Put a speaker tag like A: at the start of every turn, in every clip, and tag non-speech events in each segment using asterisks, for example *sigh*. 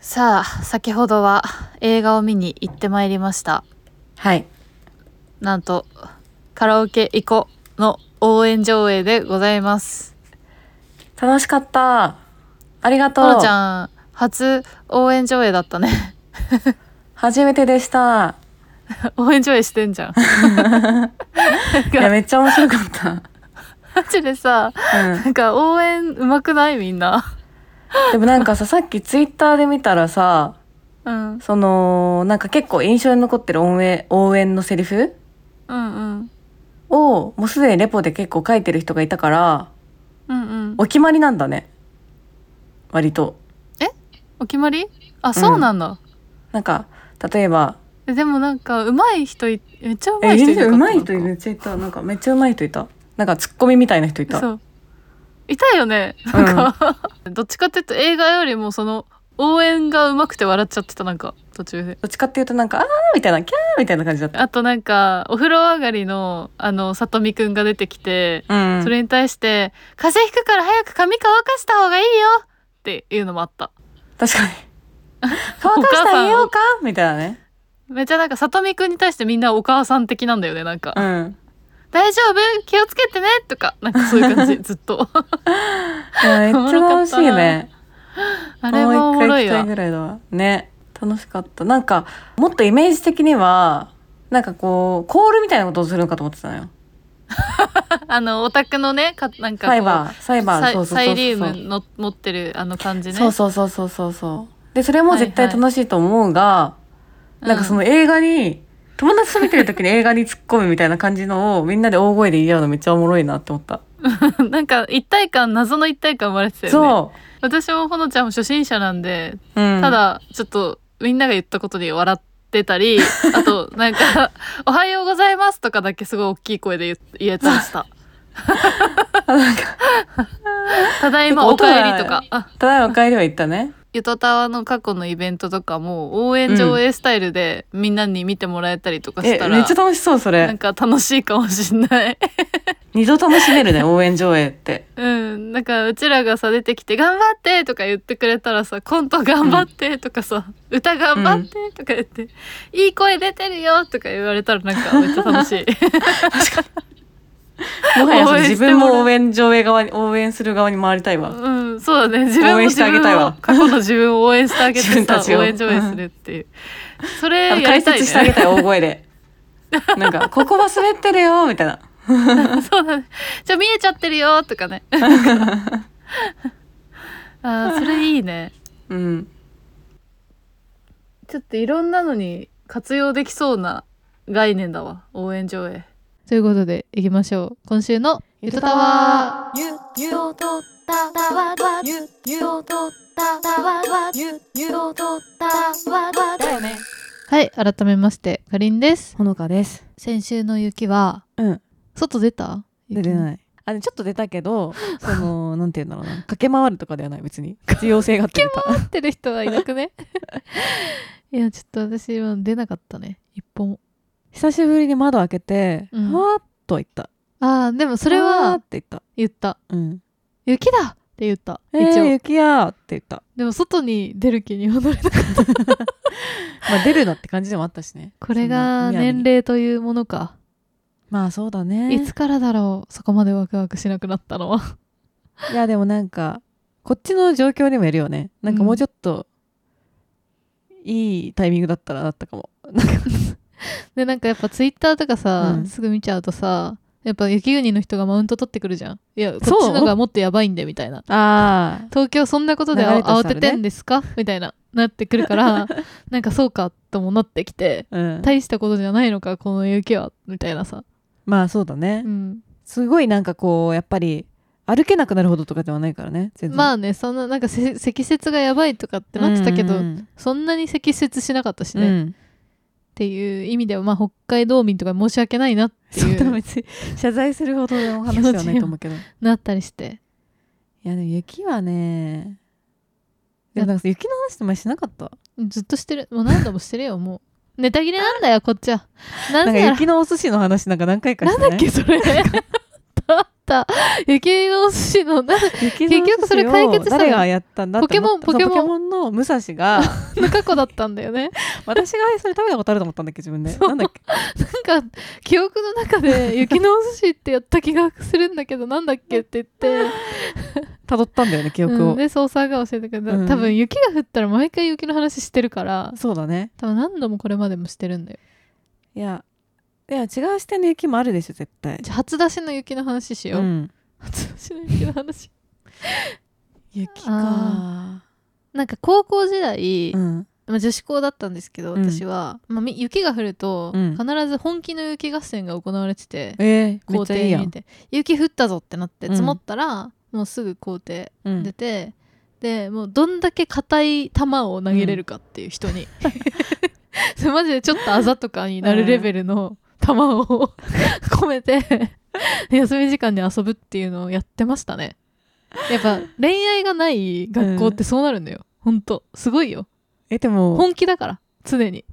A: さあ先ほどは映画を見に行ってまいりました
B: はい。
A: なんとカラオケ行この応援上映でございます
B: 楽しかった。ありがと
A: トロ
B: う。
A: ちゃん初応援上映だったね *laughs*
B: 初めてでした。
A: 応援上映してんじゃん
B: い *laughs* や、めっちゃ面白
A: *laughs*
B: かっ
A: マジでさ
B: た。うん。
A: なんか応援うまくないみんな
B: でもなんかさ、さっきツイッターで見たらさ、
A: うんうん
B: その、なんか結構印象に残ってる応援応援のセリフ
A: うん
B: を、もうすでにレポで結構書いてる人がいたから、
A: うんうん
B: お決まりなんだね。割と。
A: お決まりあそうなんだ、
B: なんか、例えば、
A: えでもなんか上手い人いめっちゃ上手
B: え、
A: い人
B: い
A: いな
B: る
A: か
B: う
A: った
B: まい人めっちゃいた。なんかめっちゃうまい人いた。なんかツッコミみたいな人いた。
A: そういたよねなんか、 *laughs* どっちかっていうと映画よりもその応援がうまくて笑っちゃってたなんか途中で
B: どっちかっていうとなんか、あーみたいな、キャーみたいな感じだった。
A: あとなんかお風呂上がりのあのさとみくんが出てきて、
B: うん。
A: それに対して「風邪ひくから早く髪乾かした方がいいよ!」っていうのもあった
B: 確
A: *laughs*
B: かに。 *laughs* 乾かしてあげようかみたいなね。
A: めっちゃなんかさとみくんに対してみんなお母さん的なんだよねなんか
B: うん。
A: 「大丈夫気をつけてね!」とかなんかそういう感じ
B: *laughs*
A: ずっと *laughs*
B: いやめっちゃ楽しいね。
A: あれもおも
B: う一
A: ろ
B: 回
A: い
B: 行きた
A: わ
B: いぐらいだわ。ね。楽しかった。なんか、もっとイメージ的には、なんかこう、コールみたいなことをするのかと思ってたのよ。
A: *laughs* あのお宅のねかなんか
B: サ
A: こ
B: イ
A: う
B: バー、サイバー、
A: サイ
B: そうそうそうそう。
A: サイリウムの持ってるあの感じね
B: そうそうそうそうそうそう。で、それも絶対楽しいと思うが、
A: うん
B: なんかその映画に、友達と見てる時に映画に突っ込むみたいな感じのをみんなで大声で言い合うのめっちゃおもろいなって思った。
A: *laughs* なんか一体感謎の一体感生まれてたよね
B: そ
A: 私もほのちゃんも初心者なんで、
B: う。うん。
A: ただちょっとみんなが言ったことに笑ってた
B: *laughs*
A: りあとなんか *laughs* 「おはようございます」とかだけすごい大きい声で言って言えてました
B: *laughs* なんか
A: 「ただいまお
B: 結構音
A: か
B: が
A: えり」とかあ
B: ただいま帰りは行ったね。
A: ゆとたわの過去のイベントとかも応援上映スタイルでみんなに見てもらえたりとかし
B: え、
A: た
B: めっ
A: ら
B: ちゃ、楽しそう、そ
A: なん
B: れ。
A: か楽しいかもしんない
B: 二度楽しめ *laughs* るね、応援上映って。
A: うん、なんかうちらがさ出てきて「頑張って!」とか言ってくれたらさ「コント頑張って!」とかさ「歌頑張って!」とか言って「いい声出てるよ!」とか言われたらなんかめっちゃ楽
B: *laughs*
A: しい
B: もはやそ
A: 応
B: れ
A: 援して
B: 自分
A: もら
B: も
A: う
B: 応援上映側に、応援する側に回りたいわ。
A: うんそうだね自分も
B: 応援してあげたいわ
A: 自分を過去の自分を応援してあげて
B: 自分
A: さ
B: たちを
A: 応援上映するっていうそれや
B: あの
A: りた
B: 解
A: い、ね、
B: 説してあげたい、大声 *laughs* で。なんか、ここは滑ってるよ、みたいな。
A: そうだねじゃあ見えちゃってるよと
B: *laughs*
A: かねあーそれいいね
B: うん。
A: ちょっといろんなのに活用できそうな概念だわ応援上映ということでいきましょう今週の「ゆとたわ
C: ゆゆととったたわわゆゆととったたわわゆゆととったわわだよね
A: はい改めましてかりんです
B: ほのかです。
A: 先週の雪は
B: うん。
A: 外出た
B: 出て
A: い
B: ない。あれ、ちょっと出たけど、そ *laughs* の、なんて言うんだろうな。駆け回るとかではない、 *laughs* 別に。必要性があって出た。
A: 出てる人はいなくねいやちょっと私は出なかったね一本も
B: 久しぶりに窓開けて、
A: うん
B: ふわーっとは言った。
A: あーでもそ
B: そ
A: れ
B: っ
A: は
B: て言った。
A: 言った
B: うん。
A: 雪だって言った、
B: え
A: 一
B: ー、
A: 応
B: 雪やーって言った。
A: でも外に出る気にはなれなかった
B: まあ、出るなって感じでもあったしね。
A: *laughs* これが
B: そんなむやみに
A: 年。齢というものか
B: まあ、そうだね。
A: いつからだろうそこまでワクワクしなくなったのは。 *laughs*
B: いやでもなんかこっちの状況にもよるよねなんかもうちょっと、いいタイミングだったらだったかもなんか
A: でなんかやっぱツイッターとかさ、
B: うん
A: すぐ見ちゃうとさやっぱ雪国の人がマウント取ってくるじゃん。いやこっちの
B: そう
A: がもっとやばいんでみたいな。
B: ああ
A: 東京そんなことで
B: 流れとしたら
A: あ
B: ね
A: 慌ててんですかみたいななってくるから
B: *laughs*
A: なんかそうかともなってきて
B: うん、
A: 大したことじゃないのかこの雪はみたいなさ。
B: まあそうだね、
A: うん、
B: すごいなんかこうやっぱり歩けなくなるほどとかではないからね全然
A: ま
B: あっ
A: あねそんななんかせ積雪がやばいとかってなってたけど、
B: うん
A: そんなに積雪しなかったし
B: うん
A: ね、っ
B: うん
A: ていう意味ではまあ北海道民とか申し訳ないなって
B: そ
A: い
B: んな
A: う
B: 別に謝罪するほどの話ではないと思うけどい
A: なったりして
B: やでも雪はねでもなんか雪の話って前しなかった
A: ずっとしてる。もう何度もしてるよ、もう。ネタ切れなんだよ、こっちは。な
B: なんん
A: で
B: か
A: やら
B: 雪のお寿司の話なんか何回かしたね
A: *laughs* なんだっけ、それ。あったった雪の市のな
B: 結
A: 結局それ解決したの
B: 誰がやったんだって思った
A: ポケモン
B: そう
A: ポケモン
B: ポケモンの武蔵が
A: *laughs* の過去だったんだよね
B: 私がそれ食べたことあると思ったんだっけ自分でなんだっけ
A: なんか記憶の中で雪のお寿司ってやった気がするんだけどなんだっけって言って
B: 辿ったんだよね記憶
A: う
B: を
A: ん、で操作が教えてくれた、
B: うん
A: 多分雪が降ったら毎回雪の話してるから
B: そうだね
A: 多分何度もこれまでもしてるんだよ
B: いやいや違う視点の雪もあるでしょ絶対
A: じゃあ初出しの雪の話しよう、
B: うん
A: 初出しの雪の話
B: 雪か
A: あなんか高校時代、
B: うん
A: まあ、女子校だったんですけど
B: うん
A: 私は、まあみ雪が降ると、
B: うん
A: 必ず本気の雪合戦が行われてて
B: えー、め
A: 校
B: っちゃ
A: 庭
B: いい
A: に
B: や
A: い
B: ん
A: て雪降ったぞってなって
B: うん
A: 積もったら、もうすぐ校庭
B: うん
A: 出て、でもうどんだけ硬い球を投げれるかっていう人に、
B: *laughs*
A: それマジでちょっとあざとかになるレベルの球を込めて休み時間に遊ぶっていうのをやってましたねやっぱ恋愛がない学校ってそうなるんだよ、ほんとすごいよ
B: えでも
A: 本気だから常に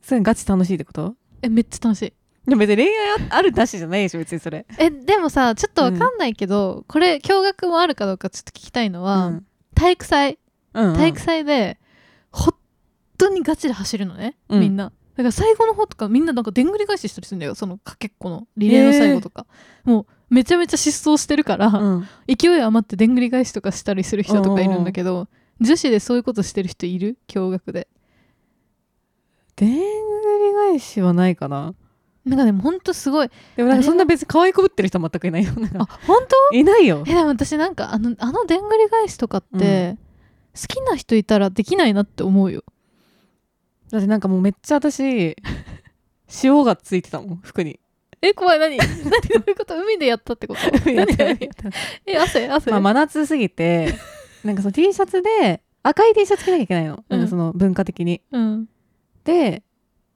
B: それガチ楽しいってこと
A: えめっちゃ楽しい
B: でも別に恋愛ああるなしじゃないでしょ別にそれ
A: えでもさちょっとわかんないけど、これ驚愕もあるかどうかちょっと聞きたいのは、
B: うん
A: 体育祭
B: うんうん
A: 体育祭で、本当にガチで走るのね、
B: うん
A: みんなだから最後の方とかみんななんかでんぐり返ししたりするんだよそのかけっこのリレーの最後とか、もうめちゃめちゃ失踪してるから、
B: うん
A: 勢い余ってでんぐり返しとかしたりする人とかいるんだけど、女子でそういうことしてる人いる驚愕で
B: でんぐり返しはないかな
A: なんかでもほんとすごい
B: でもなんかそんな別に可愛くぶってる人は全くいないよなん
A: あ
B: か
A: 本当
B: いないよ
A: えでも私なんかあのあのでんぐり返しとかって、好きな人いたらできないなって思うよ
B: だってなんかもうめっちゃ私塩がついてたもん服
A: *laughs*
B: に
A: え怖い何何どういうこと海でやったってこと
B: やったやっ
A: 何
B: た
A: *laughs* え汗汗、
B: まあ真夏すぎてなんかその T シャツで赤い T シャツ着なきゃいけないの、
A: うん
B: なんかその文化的に
A: うん
B: で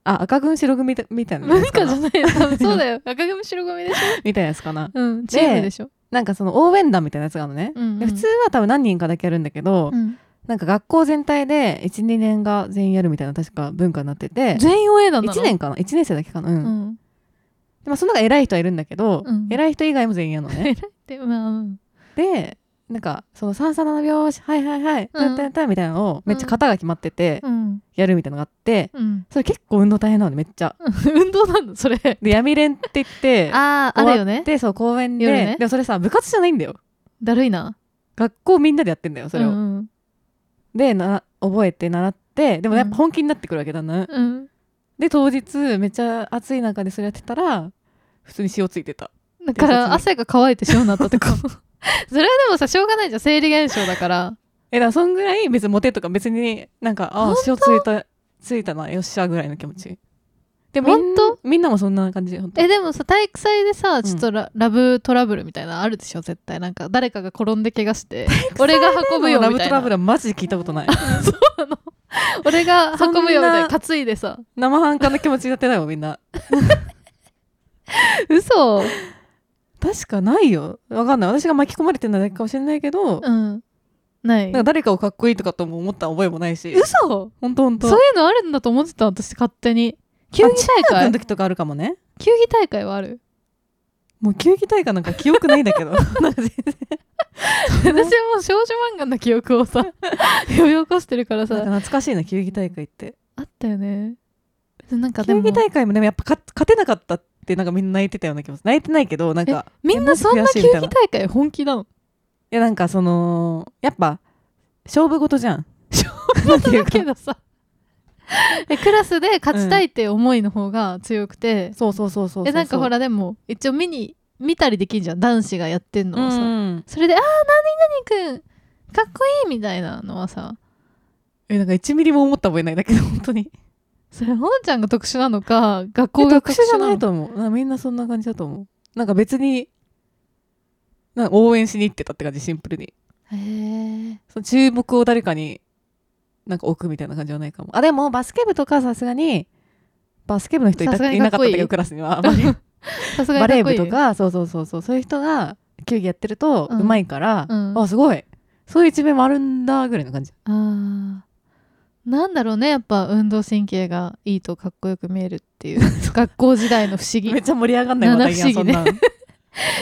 B: あ赤軍白組みたみたいなや
A: 文
B: つか
A: 化じゃ
B: な
A: ない多分そうだよ赤組白組でしょ
B: みたいなやつかな
A: うんチームでしょ
B: なんかその応援団みたいなやつがあるのね、
A: うんうん
B: で普通は多分何人かだけやるんだけど、
A: うん
B: なんか学校全体で12年が全員やるみたいな確か文化になってて
A: 全員応援団なの
B: 1年かな1年生だけかなうん、
A: うん
B: でまあ、その中偉い人はいるんだけど、
A: うん
B: 偉い人以外も全員やるの
A: *laughs*
B: ね
A: でまあうん
B: でなんかその三三七拍子はいはいはい、
A: うん
B: たたたみたいなのをめっちゃ型が決まってて
A: うん
B: やるみたいなのがあって、
A: うん
B: *laughs* それ結構運動大変なのねめっちゃ。
A: 運動なんだそれ
B: で闇練って言って
A: ああ
B: 終
A: あ
B: わ
A: るよね
B: でそう公園で、
A: 夜ね
B: でもそれさ部活じゃないんだよ
A: だるいな
B: 学校みんなでやってんだよそれを。
A: うんうん
B: でな覚えて習ってでもやっぱ本気になってくるわけだな、
A: うん
B: で当日めっちゃ暑い中でそれやってたら普通に塩ついてた
A: だか
B: 警察
A: ら
B: に
A: 汗が乾いて塩になったってことそれ
B: *laughs*
A: はでもさしょうがないじゃん生理現象だから
B: えだからそんぐらい別にモテとか別になんかああ
A: 本当
B: 塩ついたついたなよっしゃぐらいの気持ちでみん
A: 本
B: みんなもそんな感じ本当
A: えでもさ体育祭でさちょっとラ,、ラブトラブルみたいなのあるでしょ絶対なんか誰かが転んで怪我して俺が運ぶよ
B: ラ
A: み
B: ブ
A: た
B: ト
A: い
B: ラブル
A: な
B: はマジで聞いたことない
A: 俺が運ぶよみたい
B: そ
A: なん担いでさ
B: 生半可な気持ちになってないわみんな
A: 嘘
B: 確かないよわかんない私が巻き込まれてるだけかもしれないけ
A: う
B: ど、
A: ん。ない
B: なんか。誰かをかっこいいとかとも思った覚えもないし
A: 嘘
B: 本当本当
A: そういうのあるんだと思ってた私勝手に。球技大
B: 中学の
A: 会
B: 時とかあるかもね
A: 球技大会はあ
B: *laughs*
A: る
B: もう球技大会なんか記憶ないんだけ
A: *laughs*
B: どなんか全然
A: 私はもう少女漫画の記憶を
B: *laughs*
A: さ呼び起こしてるから
B: なんか
A: さ
B: 懐かしいな球技大会って
A: あったよねなんかで
B: 球
A: も
B: 技大会もでもやっぱ勝勝てなかったってなんかみんな泣いてたような気もする泣いてないけどなんか
A: みんなそんな
B: マジ
A: 球
B: 悔しいみたい
A: 技
B: な
A: 大会本気なの
B: いやなんかそのやっぱ勝負事じゃん
A: 勝
B: 負事
A: だけどさ *laughs* えクラスで勝ちたいって思いの方が強くて、
B: そうそうそうそうそう
A: えなんかほらでも一応見に見たりできんじゃん男子がやってん
B: う
A: のをさ、
B: ん
A: それで「あー何々くんかっこいい」みたいなのはさ
B: えなんか1ミリも思った覚えないんだけど本当に
A: それほんちゃんが特殊なのか学校
B: 高
A: が
B: 学
A: 特殊
B: じ
A: な
B: ゃな
A: の
B: い
A: か
B: と思うなんかみんなそんな感じだと思うなんか別になんか応援しに行ってたって感じシンプルに
A: へえ
B: その注目を誰かになんか置くみたいな感じはないかもあでもバスケ部とかさすがにバスケ部の人いた
A: さすがに
B: いなかったん
A: かっこい
B: だけど
A: い
B: クラスにはあんまり
A: さすがに
B: バ
A: か
B: レ
A: っ
B: ー
A: こい
B: 部
A: い
B: とかそうそうそうそうそういう人が球技やってると
A: うん
B: うまいから、
A: うん
B: あすごいそういう一面もあるんだぐらいの感じ
A: あーなんだろうねやっぱ運動神経がいい
B: *laughs*
A: とかっこよく見えるっていう学校時代の不思議
B: めっちゃ盛り上がんない話題や
A: 七
B: ん、そ
A: 不
B: ん
A: *laughs* 思議ね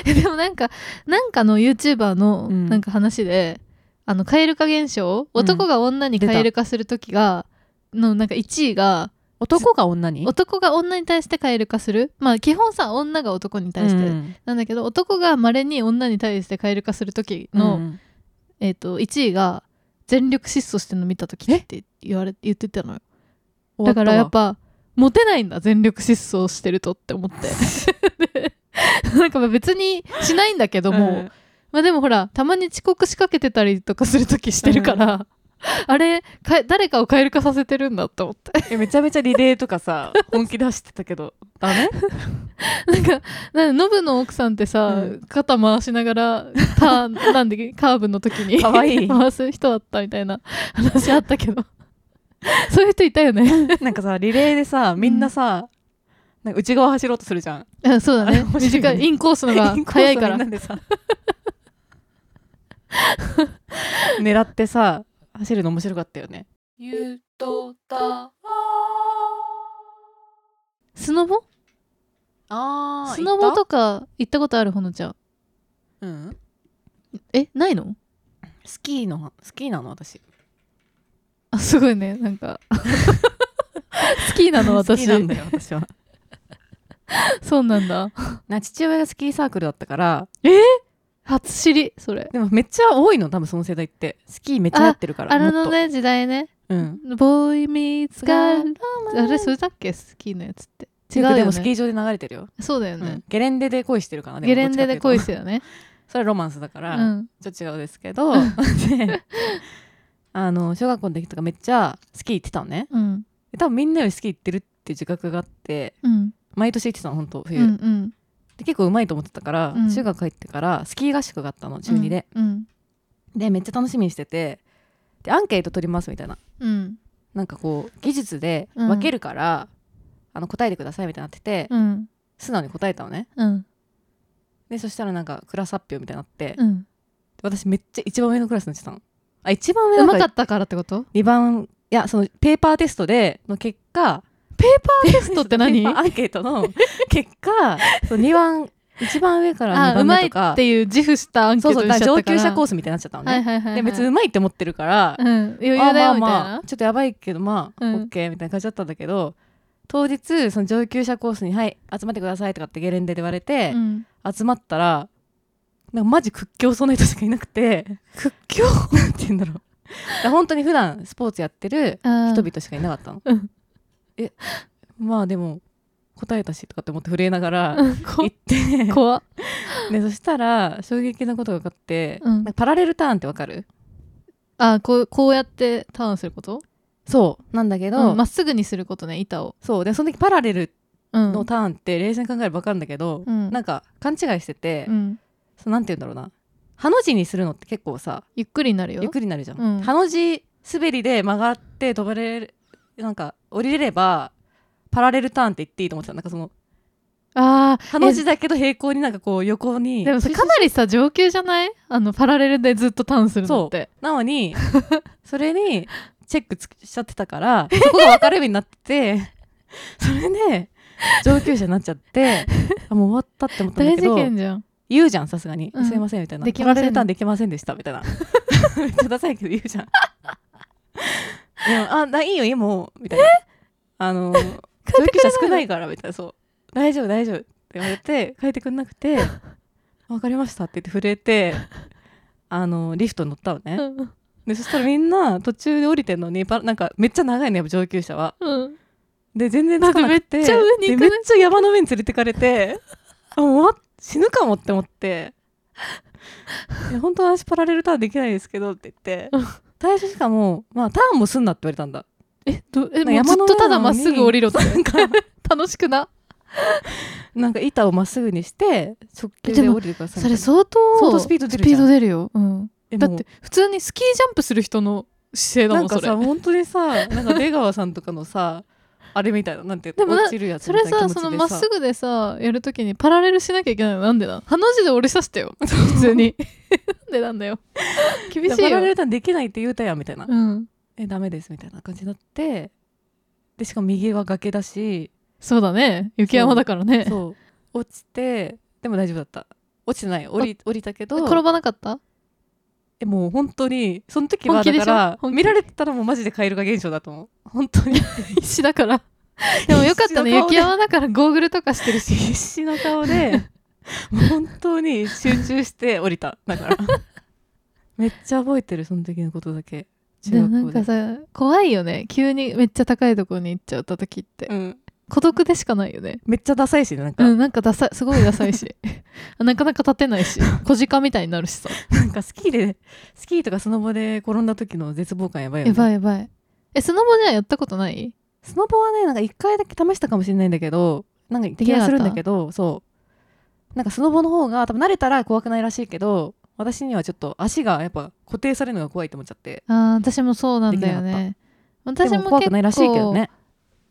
B: なん
A: でもなんかなんかの YouTuber の
B: うん
A: なんか話で、あの蛙化現象男が女に
B: 出た
A: 蛙化する時が、のなんか1位が
B: 男が女に
A: 男が女に対して蛙化するまあ基本さ女が男に対して、
B: うん
A: なんだけど男がまれに女に対して蛙化する時の、
B: うん
A: えっと1位が全力疾走してるの見た時って言われ言ってたのよだからやっぱモテないんだ全力疾走してるとって思って
B: *laughs*
A: *laughs* でなんかまあ別にしないんだけども、
B: うん
A: まあでもほらたまに遅刻しかけてたりとかする時してるから、あれか誰かを蛙化させてるんだ
B: *laughs*
A: って思って
B: えめちゃめちゃリレーとか
A: *laughs*
B: さ本気出してたけどダメ
A: なんかなんかノブの奥さんってさ、
B: うん
A: 肩回しながらターンなんで
B: *laughs*
A: カーブの時に
B: かわいい
A: *laughs* 回す人だったみたいな *laughs* 話あったけど *laughs* そういう人いたよね
B: なんかさリレーでさみんなさ、なんか内側走ろうとするじゃん
A: うんそうだ
B: あ
A: ね
B: れ面白いね
A: 短いインコースのが
B: *laughs* インコース
A: 早いか
B: みん
A: ら
B: なでさ *laughs* 狙ってさ走るの面白かったよね
C: ゆとた
A: スノボ
B: あ
A: スノボとか行ったことあるほのちゃん
B: うん
A: えないの
B: スキーのスキーなの私
A: あすごいねなん
B: *laughs*
A: か好きなの私
B: 好きなんだよ私は
A: そうなんだ
B: *laughs* な父親がスキーサークルだったから
A: 初知りそれ
B: でもめっちゃ多いの多分その世代ってスキーめっちゃ流行ってるから
A: あれ
B: もっ
A: の
B: と
A: ね時代ね
B: うん
A: 「ボーイミーツガール」あれそれだっけスキーのやつって違うよ、ね、
B: でもスキー場で流れてるよ、
A: そうだよ
B: う
A: ね
B: ん、ゲレンデで恋してるから
A: ゲレンデで恋しててた
B: *laughs*
A: よね
B: それロマンスだか
A: う
B: ら、
A: ん
B: ちょっと違うですけどであの小学校の時とかめっちゃスキー行ってたのね
A: うん
B: で多分みんなよりスキー行ってるって自覚があって
A: うん
B: 毎年行ってたの本当
A: う
B: 冬、
A: んうん
B: で結構うまいと思ってたから、
A: うん
B: 中学入ってからスキー合宿があったの中2で、
A: うん
B: でめっちゃ楽しみにしててでアンケート取りますみたいな
A: うん
B: なんかこう技術で分けるから、あの答えてくださいみたいになってて、
A: うん
B: 素直に答えたのね
A: うん
B: でそしたらなんかクラス発表みたいになって、
A: うん
B: 私めっちゃ一番上のクラスになってたのあ一番上
A: う
B: の
A: まかったからってこと
B: 2番いやそのペーパーテストでの結果ペーパーテス
A: トって何
B: ペーパーアンケートの *laughs* 結果そう2番一番上から
A: あう
B: 2番
A: ま
B: 目
A: い
B: とか
A: っていう自負したアンケ
B: そ
A: ー
B: う
A: ト
B: そう
A: にしち
B: だか
A: ゃ
B: ら
A: っ
B: 上
A: たから
B: 級者コースみたいになっちゃったのね、
A: はいはいはい、はい、
B: で別にうまいって思ってるから、
A: うん余裕だ
B: あま
A: よ
B: あ
A: みたいな、
B: まあちょっとやばいけどまあ、
A: うん
B: オッケーみたいな感じだったんだけど当日その上級者コースに「はい集まってください」とかってゲレンデで言われて、
A: うん、
B: 集まったらなんかマジ屈強そうな人しかいなくて屈強 *laughs* なんて言うんだろうだから本当に普段スポーツやってる人
A: 人
B: 々しかいなかったの、
A: うん
B: えまあでも答えたしとかって思って震えながら
A: うん
B: *laughs* 行
A: こ
B: って
A: 怖っ
B: でそしたら衝撃なことが分かって、
A: うん
B: なんかパラレルターンって分かる
A: あこうこうやってターンすること
B: そうなんだけ
A: う
B: ど、
A: んまっすぐにすることね板を、
B: そうでその時パラレル
A: うん、
B: のターンって冷静に考えれば分かるんだけど、
A: うん
B: なんか勘違いしてて、
A: うん、
B: そのなんて言うんだろうなハの字にするのって結構さ
A: ゆっくりになるよ
B: ゆっくりになるじゃん、
A: うん
B: ハの字滑りで曲がって飛ばれるなんか降りれればパラレルターンって言っていいと思ってたなんかその
A: ああ
B: ハの字だけど平行になんかこう横に
A: でもさかなりさ上級じゃないあのパラレルでずっとターンするのって
B: な
A: *laughs*
B: のにそれにチェックつしちゃってた
A: *laughs*
B: からそこが分かれ目になっててそれで上級者になっち
A: *laughs*
B: ゃってあもう終わったって思ったんだ
A: 大
B: け
A: 事
B: ど
A: 件じゃん
B: 言うじゃんさすがに、
A: うん
B: すいませんみたいな
A: でき
B: パ
A: ませ
B: ラ
A: ん
B: レルターンできませんでしたみた
A: *laughs*
B: いなめっちゃダサいけど言うじゃんでもあないいよいいよもうみたいなあ
A: *laughs*
B: の上級者少ないからみたいなそう大丈夫大丈夫って言われて変えてくんな
A: *laughs*
B: くて分かりましたって言って震えてあのリフトに乗ったのね、
A: うん
B: でそしたらみんな途中で降りてんのにパラなんかめっちゃ長いのやっぱ上級者は
A: うん
B: で全然つかなくて
A: だってめっちゃ上に行
B: で
A: くね
B: めっちゃ山の上に連れてかれてあもうわ死ぬかもって思って「いや本当は私パラレルターンできないですけど」って言って
A: うん
B: 最初しかもう、まあ、ターンもすんなって言われたんだ
A: えどえ
B: なんか
A: もうずっ
B: 山の
A: と
B: 上
A: ただ
B: なの
A: まっ
B: に
A: すぐ降りろって
B: なんか
A: *laughs* 楽しくな
B: なんか板をまっすぐにして直球で降りてください
A: それ相当
B: 相当スピード出るじ
A: ス
B: ゃん
A: ピード出るよ、うん、
B: れ
A: だって普通にスキージャンプする人の姿勢だ
B: な
A: も
B: ん
A: ん
B: か
A: それ
B: さ本当にさなんか出川さんとかのさあれみたいななんて
A: でもな
B: 落ちるやつ
A: そ
B: み
A: れ
B: たいな気
A: さ
B: 持ちで
A: そ
B: さ
A: のまっすぐでさやるときにパラレルしなきゃいけないのなんでだハの字で折れさせて
B: *laughs*
A: よ普通になんでなんだよ厳し
B: いや
A: い
B: パラレ
A: よ
B: ルターンできないって言うたやんみたいな
A: うん
B: えダメですみたいな感じになってでしかも右は崖だし
A: そうだね雪山だからね
B: そう落ちてでも大丈夫だった落ちてない降り降りたけど
A: 転ばなかった
B: えもう本当にその時はだか
A: 本
B: ら
A: 気でしょ本気
B: 見られてたらもうマジでカエルが現象だと思う本当に
A: 必死だから。 *laughs* でもよかったね。
B: *laughs* 必死の顔
A: 雪
B: で
A: 山だからゴーグルとかしてるし。
B: 必死な顔でもう本当に集中して降りただ
A: *laughs*
B: からめっちゃ覚えてるその時のことだけ *laughs* 中
A: でもな
B: 学校
A: ん
B: で
A: かさ、怖いよね。急にめっちゃ高いところに行っちゃった時って。
B: うん、
A: 孤独でしかないよね。
B: めっちゃダサいしねなんか、
A: うん、なんかダサい、すごいダサい
B: *laughs*
A: し。なかなか立てないし、小鹿みたいになるしさ。
B: なんかスキーでスキーとかスノボで転んだ時の絶望感やばいよね
A: やばいやばい。え、スノボじゃやったことない
B: スノボはねなんか一回だけ試したかもしれないんだけどなんかできするんだけどそうなんかスノボの方が多分慣れたら怖くないらしいけど私にはちょっと足がやっぱ固定されるのが怖いと思っちゃって
A: あー私もそうなんだよね。私
B: で
A: も結構
B: も怖くないらしいけどね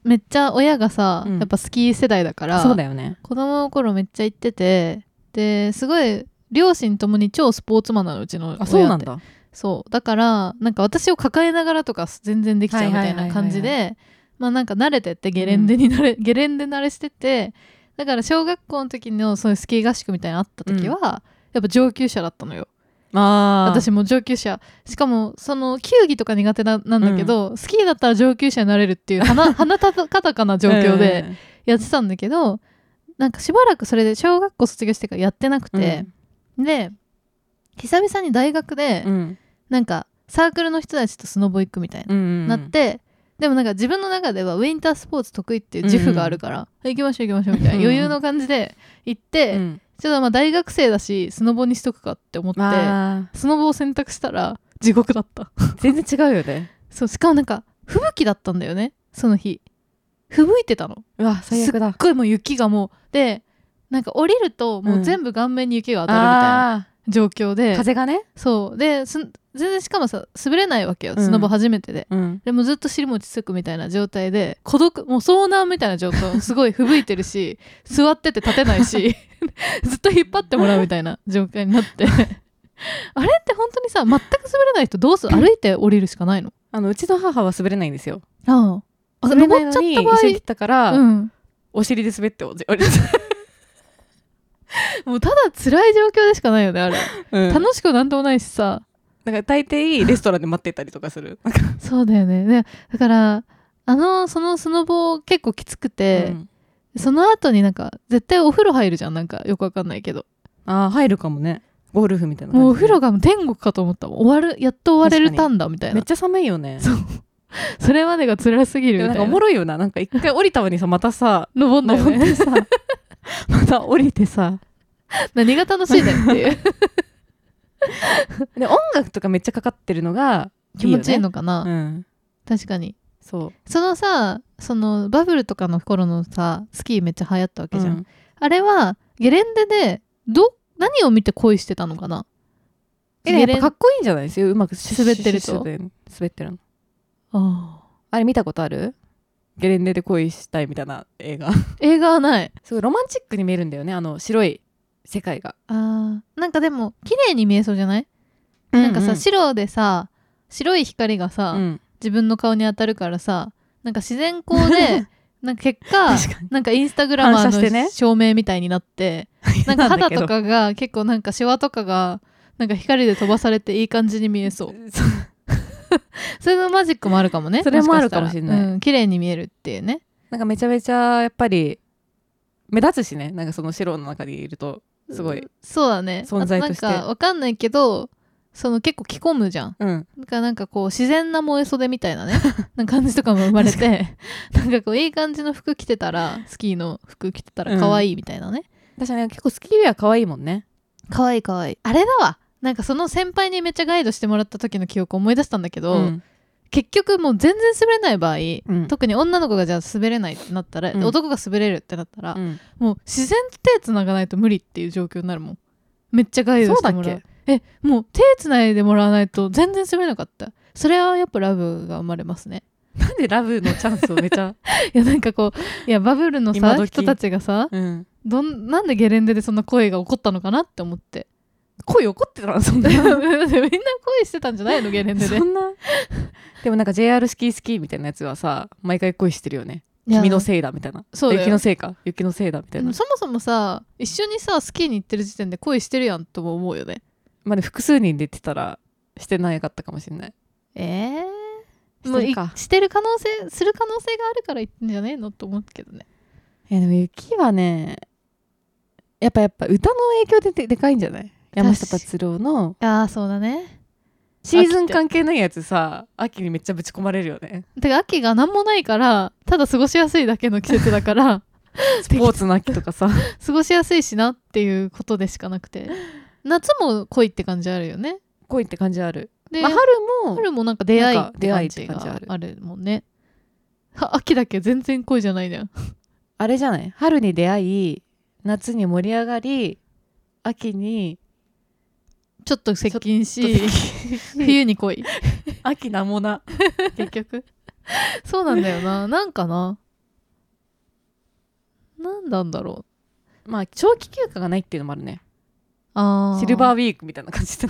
A: めっちゃ親がさ、
B: うん
A: やっぱスキー世代だから、
B: そうだよね
A: 子供の頃めっちゃ行っててですごい両親ともに超スポーツマンなのうちの親って
B: あそうなんだ
A: そうだからなんか私を抱えながらとか全然できちゃうみたい
B: はいはいは
A: な
B: いはい
A: 感じでまあなんか慣れてってゲレンデに慣れ、ゲレンデ慣れしててだから小学校の時のそういうスキー合宿みたいなのあった時は、やっぱ上級者だったのよ
B: あ
A: 私も上級者しかもその球技とか苦手ななんだけど、スキーだったら上級者になれるっていう鼻鼻高かな状況で、やってたんだけどなんかしばらくそれで小学校卒業してからやってなくて、で久々に大学で、
B: うん
A: なんかサークルの人たちとスノボ行くみたいな、
B: うん
A: なってでもなんか自分の中ではウィンタースポーツ得意っていう自負があるから、行きましょう行きましょうみたいな余裕の感じで行って、
B: うん
A: ちょっとまあ大学生だしスノボにしとくかって思って、
B: まあ
A: スノボを選択したら地獄だった
B: 全然違うよね
A: そうしかもなんか吹雪だったんだよねその日吹雪いてたの
B: うわ最悪だ
A: すっごいもう雪がもうでなんか降りるともううん全部顔面に雪が当たるみたいな状況で、
B: 風がね
A: そうです全然しかもさ滑れないわけよ
B: うん
A: スノボ初めてで、
B: うん
A: でもずっと尻餅つくみたいな状態で孤独もう遭難みたいな状
B: *laughs*
A: 況すごい吹雪いてるし座ってて立てないし *laughs* ずっと引っ張ってもらうみたいな状況になってあれ
B: *laughs*
A: って本当にさ全く滑れない人どうする歩いて降りるしかないの
B: あのうちの母は滑れないんですよ
A: ああ
B: 滑れな
A: 登っ
B: いの
A: ちゃ
B: に
A: った
B: 一
A: 場
B: 緒に来たから、
A: 合、うん、
B: お尻で滑っておじおじ
A: もうただ辛い状況でしかないよねあれ
B: うん
A: 楽しくなんともないしさ
B: なんか大抵レストランで待ってたりとかする。なんか
A: そうだよねでだからあのそのスノボ結構きつくて、その後になんか絶対お風呂入るじゃんなんかよくわかんないけど
B: ああ入るかもね。ゴルフみたいな感じで。
A: もうお風呂がもう天国かと思ったもん終わるやっと終われるターンだみたいな
B: めっちゃ寒いよね。
A: そうそれまでが辛すぎ
B: で
A: る
B: も
A: み
B: な
A: た
B: んかお
A: い
B: も
A: な
B: ろいよな。なんか一回降りたのにさまたさ
A: 登んだよ
B: 登っ
A: ね
B: てさ *laughs* また降りてさ。
A: 何が楽しいんだよっていう
B: で音楽とかめっちゃかかってるのが
A: 気持ちいい
B: よね
A: のかな
B: うん。
A: 確かに
B: そう。
A: そのさそのバブルとかの頃のさスキーめっちゃ流行ったわけじゃん、
B: うん
A: あれはゲレンデでど何を見て恋してたのかな
B: えでもやっ
A: ゲレ
B: ぱ
A: ン
B: かっこいいんじゃないですよ。うまく
A: 滑ってると
B: シュシュシュで滑ってるの。
A: ああ
B: あれ見たことある？ゲレンデで恋したいみたいな映画。
A: 映画はない
B: *laughs* すごいロマンチックに見えるんだよね。あの白い世界が。
A: あーなんかでも綺麗に見えそうじゃない、なんかさ白でさ白い光がさ、
B: うん
A: 自分の顔に当たるからさなんか自然光
B: *laughs*
A: でなんか結果
B: 確かに。
A: なんかインスタグラマ
B: 反射して
A: ー
B: ね
A: の照明みたいにな
B: *laughs*
A: って、なんか肌とかが結構なんかシワとかがなんか光で飛ばされていい感じに見えそう
B: そう
A: それのマジックもあるかもね
B: それもある
A: したら
B: かもしれない
A: うん、綺麗に見えるっていうね
B: *laughs* なんかめちゃめちゃやっぱり目立つしねなんかその白の中にいるとすごい、
A: そうだね
B: 存在として
A: あなんかわかんないけどその結構着込むじゃん
B: うん、
A: なんかなんかこう自然な萌え袖みたいな
B: *laughs*
A: ねなんか感じとかも生まれてなんかこういい感じの服着てたらスキーの服着てたら可愛いみたいなね、
B: 確かに結構スキーウェア可愛いもんね
A: 可愛い可愛いあれだわなんかその先輩にめっちゃガイドしてもらった時の記憶を思い出したんだけど、
B: うん
A: 結局もう全然滑れない場合、
B: うん
A: 特に女の子がじゃあ滑れないってなったら、
B: うん
A: 男が滑れるってなったら、
B: うん
A: もう自然と手つながないと無理っていう状況になるもんめっちゃガイドしてもら
B: そうだ
A: う
B: っ
A: えもう手つないでもらわないと全然滑れなかったそれはやっぱラブが生まれますね
B: なんでラブのチャンスをめちゃ、
A: いやなんかこういやバブルの
B: 今
A: さ
B: 時
A: 人たちがさ
B: *laughs* うん、
A: どんなんでゲレンデでそんな声が起こったのかなって思って
B: 恋怒ってたのそん
A: だ *laughs*
B: な
A: ってみんな恋してたんじゃないのゲレンデで
B: そんなでもなんか JR スキースキーみたいなやつはさ毎回恋してるよね
A: いや
B: 君のせいだみたいな
A: そうだよ
B: 雪のせいか雪のせいだみた
A: で
B: いな、
A: もそもそもさ一緒にさスキーに行ってる時点で恋してるやんとも思うよね
B: まあね複数人で言ってたらしてないかったかもしれない
A: ええ
B: してるか
A: もういしてる可能性する可能性があるから言ってんじゃねえのと思うけどね
B: えでも雪はねやっぱやっぱ歌の影響でででかいんじゃない山下達郎の
A: ああそうだね
B: シーズン関係ないやつさ秋にめっちゃぶち込まれるよね
A: だから秋が何もないからただ過ごしやすいだけの季節だから
B: スポーツの秋とかさ
A: 過ごしやすいしなっていうことでしかなくて夏も恋って感じあるよね
B: *laughs* 恋って感じある、
A: で、
B: まあ、春も
A: 春もなんか出会い
B: な
A: っ
B: んか
A: て
B: 出会
A: 感
B: いっ
A: じ
B: て感じ
A: が
B: ある
A: あるもんねは秋だけ全然恋じゃない
B: *laughs*
A: じゃん
B: あれじゃない春に出会い夏に盛り上がり秋に
A: ちょっと接近し
B: 冬
A: 冬に
B: *laughs*
A: 恋
B: 秋なんもな
A: 結局そうなんだよななんかななんなんだろ
B: まあ長期休暇がないっていうのもあるね
A: うあ
B: シルバー
A: ー
B: ウィークみた *laughs* いな感じで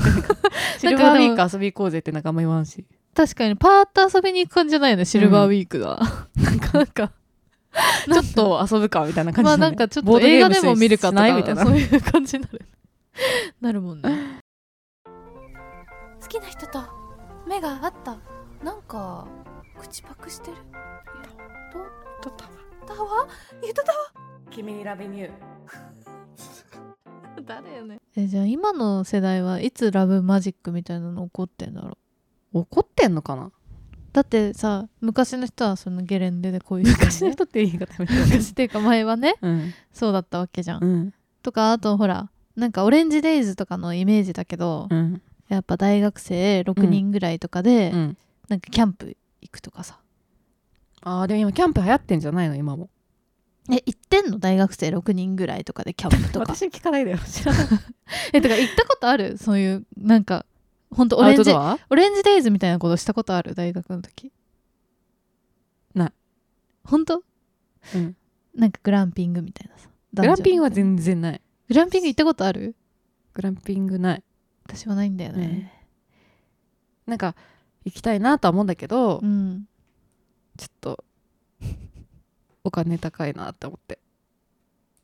B: シルバーウィーク遊び行こうぜってなんかあんま言わんし
A: 確かにパーッと遊びに行く感じじゃないよねシルバーウィーク
B: *laughs*
A: が、なんかなんか
B: ちょっと遊ぶかみたいな感じ
A: ま
B: だ
A: あ
B: ね
A: なんかちょっ
B: ボ
A: と
B: ード
A: 映
B: ゲー
A: 画
B: ム
A: でも見るかと
B: しな
A: か
B: いみたいな
A: そういう感じになるなるもんね
C: 好きな人と目が合ったなんか口パクしてる
D: とったわ
C: タワーゆとたわ
D: 君にラビニュー
A: 誰よねえじゃあ今の世代はいつラブマジックみたいなの起こってんだろう
B: 怒ってんのかな
A: だってさ昔の人はそのゲレンデで恋してたんだよ
B: 昔の人って言い方みたい
A: 昔っていうか前はね
B: *laughs* うん
A: そうだったわけじゃん
B: うん
A: とかあとほらなんかオレンジデイズとかのイメージだけど、
B: うん
A: やっぱ大学生6人ぐらいとかで、
B: うん
A: なんかキャンプ行くとかさ
B: ああでも今キャンプ流行ってんじゃないの今も
A: え行ってんの大学生6人ぐらいとかでキャンプとか
B: *laughs* 私聞かないだよ知 *laughs* らない
A: えとか行ったことあるそういうなんかほんとオレンジ
B: アウトドア
A: オレンジデイズみたいなことしたことある大学の時
B: ない
A: ほんと
B: うん
A: なんかグランピングみたいなさ
B: グランピングは
A: 然
B: 全然ない
A: グランピング行ったことある
B: グランピングない
A: 私はないんだよね、
B: なんか行きたいなとは思うんだけど、
A: うん
B: ちょっとお金高いなって思って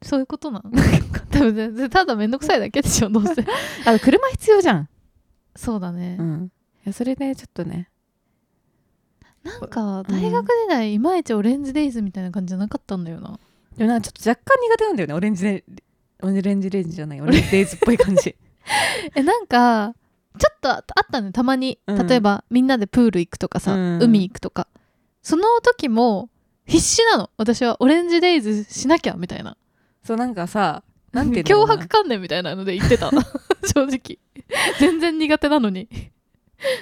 A: そういうことなの *laughs* 多分全然ただめんどくさいだけでしょどう
B: *laughs*
A: せ
B: あの車必要じゃん、
A: そうだね、
B: うん、いやそれでちょっとね
A: なんか
B: うん
A: 大学時代いまいちオレンジデイズみたいな感じじゃなかったんだよな
B: でもなんかちょっと若干苦手なんだよねオレンジレオレンジレンジじゃないオレンジデイズっぽい感 *laughs* じ
A: *laughs* えなんかちょっとあったねたまに
B: うん
A: 例えば、みんなでプール行くとかさ、
B: うん
A: 海行くとかその時も必死なの私はオレンジデイズしなきゃみたいな
B: そうなんかさなんていう
A: 脅
B: のかな
A: 迫観念みたいなので言って *laughs* た正直全然苦手なのに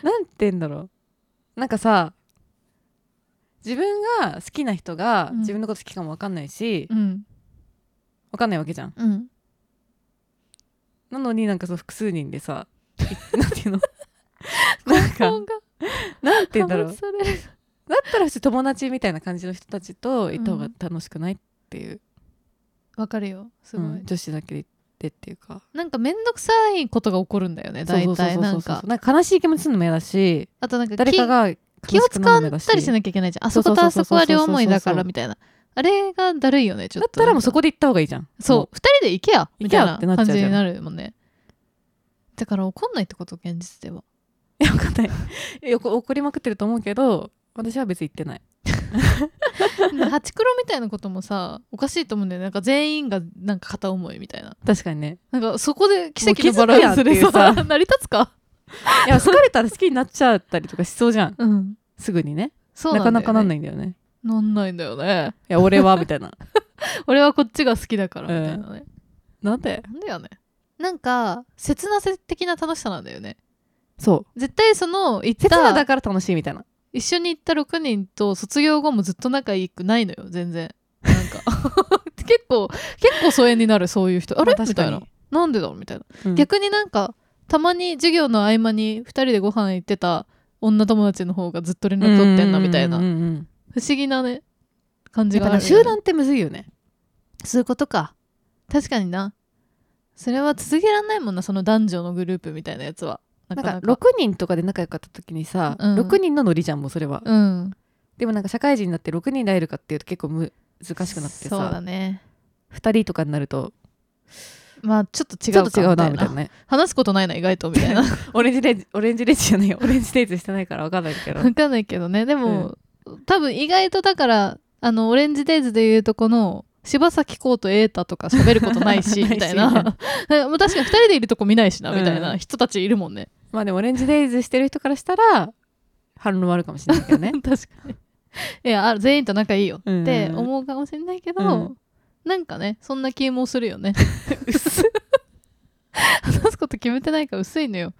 B: なんて言うんだろうなんかさ自分が好きな人が
A: うん
B: 自分のこと好きかも分かんないし、
A: うん
B: 分かんないわけじゃん
A: うん
B: なのになんかそう複数人でさいなんていうのなんか
A: 根本が
B: なんて言うんだろ
A: 破
B: う
A: 滅される
B: だったら普通友達みたいな感じの人たちと行った方が楽しくないっていう、
A: わかるよすごい、
B: うん女子だけで行ってっていうか
A: なんかめんどくさいことが起こるんだよね
B: そ
A: 大
B: うそうそう
A: 体
B: そう
A: なん
B: そう
A: か
B: なんか悲しい気持ちするのも嫌だし
A: あとなんか
B: 誰かが
A: 気を使ったりし
B: い
A: なきゃいけないじゃんあ
B: そ
A: そう
B: そ
A: こと
B: うそ
A: あ
B: うそ
A: そ
B: うそ
A: こ
B: う
A: は両思いだか
B: そうそうそう
A: らみたいなあれがだるいよねちょっ
B: だっ
A: と
B: たらもうそこで行った方がいいじゃん
A: そう2人で行けやみたい
B: 行けやってな
A: な
B: っち
A: 感
B: ゃうじゃん
A: じになるもんねだから怒んないってこと現実では
B: ういやわかんないえよく怒りまくってると思うけど私は別に行ってない
A: ハチクロみたいなこともさおかしいと思うんだよねなんか全員がなんか片思いみたいな
B: 確かにね
A: なんかそこで奇跡のバランスで
B: もう気づくやんっ
A: さ
B: て
A: *laughs*
B: い
A: 成り立つか
B: いや疲れたら好きになっちゃったりとかしそうじゃん
A: うん
B: すぐにね
A: そう
B: な
A: なん
B: か
A: だよ、ね、
B: なかなんないいんだよね
A: なんないんだよね
B: いや俺はみたいな *laughs*
A: 俺はこっちが好きだからみたいなね、
B: なんで
A: なんだよねなんか切なせ的な楽しさなんだよね
B: そう
A: 絶対その行った
B: 切なだから楽しいみたいな
A: 一緒に行った6人と卒業後もずっと仲良くないのよ全然なん
B: *laughs*
A: か結構結構疎遠になるそういう人あれ、
B: ま
A: み
B: 確
A: た
B: か
A: い
B: に
A: ななんでだろうみたいな、
B: うん
A: 逆になんかたまに授業の合間に2人でご飯行ってた女友達の方がずっと連絡取ってんなみたいな
B: うんう
A: 不
B: んうんうん
A: 思議なね感じ
B: やっ
A: が
B: ぱ
A: ある
B: な
A: よ
B: ん
A: ね
B: か集団ってむずいよね
A: そういうことか確かになそれは続けられないもんなその男女のグループみたいなやつはな
B: な
A: か
B: んか
A: なか
B: 6人とかで仲良かった時にさ、
A: うん
B: 6人のノリじゃんもうそれは、
A: うん
B: でもなんか社会人になって6人で会えるかっていうと結構む難しくなって
A: そうだ
B: さ、
A: ね
B: 2人とかになると
A: まあちょっと違う
B: ちょ
A: か
B: っと違うなみたいなね
A: 話すことないな意外とみたい *laughs* な
B: *laughs* オレンジレンジオレンジレンジじゃないよオレンジデイズしてないから分かんないけど
A: わかんないけどねでも、多分意外とだからあのオレンジデイズでいうとこの柴咲コウと瑛太とか喋ることない *laughs* し
B: ないし
A: みたいなもう確かに2人でいるとこ見ないしなみたいな人たちいるもんね、
B: まあでもオレンジデイズしてる人からしたら反論はあるかもしれないけどね
A: *laughs* 確かにいやあ全員と仲いいよ
B: *laughs* うん
A: って思うかもしれないけど、
B: うん
A: なんかねそんな気もするよ *laughs* ね話すこと決めてないから薄いのよ、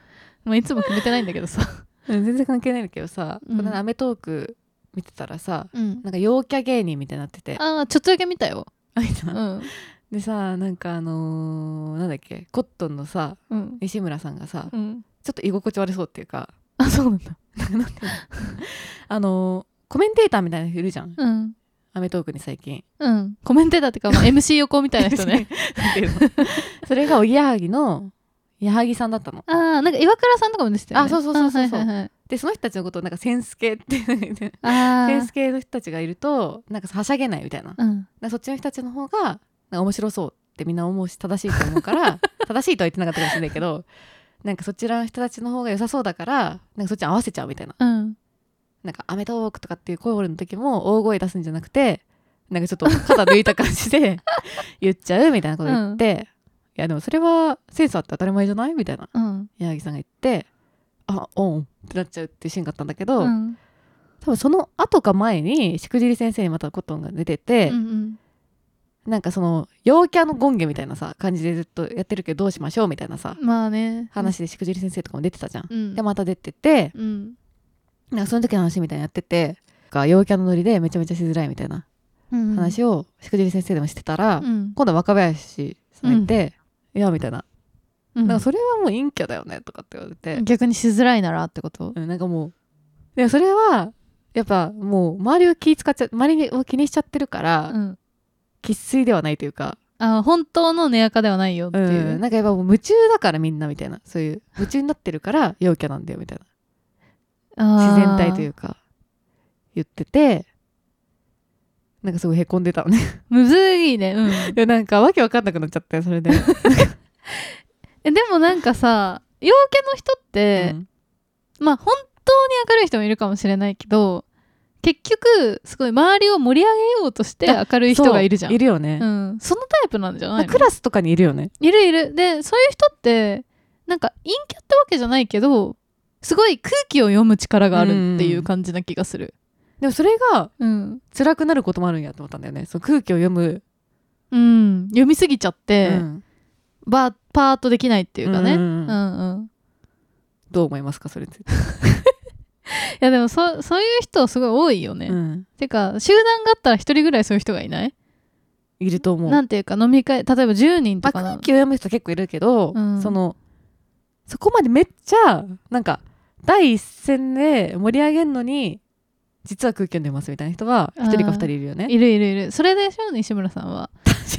A: まあ、いつも決めてないんだけどさ、
B: うん全然関係ないんだけどさ、
A: うん
B: この間アメトーク見てたらさ
A: うん、
B: なんか陽キャ芸人みたいになってて
A: ああちょっとだけ見たよ
B: あいた
A: うん
B: でさなんかあのーなんだっけコットンのさ
A: うん
B: 西村さんがさ
A: うん
B: ちょっと居心地悪そうっていうか
A: あそうなんだ
B: なんかなんていうの *laughs* あのーコメンテーターみたいな人いるじゃん
A: うん
B: アメトークに最近
A: うん、コメンテーターっていうか、まあ MC 横みたいな人ね。
B: *laughs* なんていうのそれがおぎやはぎの矢作さんだったの
A: ああ、なんか岩倉さんとかも出てたよね。
B: あそうそうそうそうそう
A: あはいはいはい
B: でその人たちのことをなんかセンス系って *laughs* セ
A: あ
B: ンス系の人たちがいるとなんかはしゃげないみたいな
A: ーうん。
B: なんかそっちの人たちの方がなんか面白そうってみんな思うし正しいと思うから
A: *laughs*
B: 正しいとは言ってなかったかもしれないけどなんかそちらの人たちの方が良さそうだからなんかそっちに合わせちゃうみたいな
A: うん。
B: なんか「アメトーーク」とかっていうコールの時も大声出すんじゃなくてなんかちょっと肩抜いた感じ
A: *laughs*
B: で言っちゃうみたいなこと言って、いやでもそれはセンスあって当たり前じゃないみたいな
A: うん。
B: 矢作さんが言って「あオン」ってなっちゃうっていうシーンがあったんだけど、
A: うん。
B: 多分その後か前にしくじり先生にまたコットンが出てて、
A: うん
B: なんかその陽キャのゴンゲみたいなさ感じでずっとやってるけどどうしましょうみたいなさ
A: うん。まあね。
B: 話でしくじり先生とかも出てたじゃん。
A: うん。
B: でまた出てて
A: うん。
B: なんかその時の話みたいなのやっててなんか陽キャのノリでめちゃめちゃしづらいみたいな
A: うん。
B: 話をしくじり先生でもしてたら、
A: うん。
B: 今度は若林さんがいて「いや」みたいな
A: う
B: 「
A: ん
B: なんかそれはもう陰キャだよね」とかって言われて、
A: 逆にしづらいならってこと
B: うんなんかもうでもそれはやっぱもう周りを気使っちゃ周りを気にしちゃってるから
A: うん。
B: 生粋、ではないというか
A: あ本当の根垢ではないよっていうう。。
B: ん、なんかやっぱもう夢中だからみんなみたいなそう *laughs* いう夢中になってるから陽キャなんだよみたいな自然体といううか言っててなんかすごいへこんでたの *laughs* ね
A: むずいね。うん。
B: いやなんかわけわかんなくなっちゃったよそれで、
A: え、でもなんかさ、陽キャの人って、
B: うん
A: まあ本当に明るい人もいるかもしれないけど結局すごい周りを盛り上げようとして明るい人がいるじゃん
B: そういるよね
A: う、ん、そのタイプなんじゃないの
B: クラスとかにいるよね
A: いるいるでそういう人ってなんか陰キャってわけじゃないけどすごい空気を読む力があるっていう感じな気がする
B: でもそれが
A: うん、
B: 辛くなることもあるんやと思ったんだよねその空気を読む、
A: うん、読みすぎちゃって、
B: うん
A: バーパーッとできないっていうかね
B: う
A: うんんうんん、
B: ううんどう思いますかそれについて、
A: いやでもそそういう人すごい多いよね、
B: うん
A: てか集団があったら一人ぐらいそういう人がいない
B: いると思う
A: なんていうか飲み会例えば10人
B: まあ、
A: とか
B: 空
A: の
B: 気を読む人結構いるけど、
A: うん
B: そのそこまでめっちゃなんか第一線で盛り上げるのに実は空気読んでますみたいな人は
A: あ
B: 一
A: ー
B: 人か二人いるよね。 *laughs*
A: いるいるいるそれでしょ西村さんは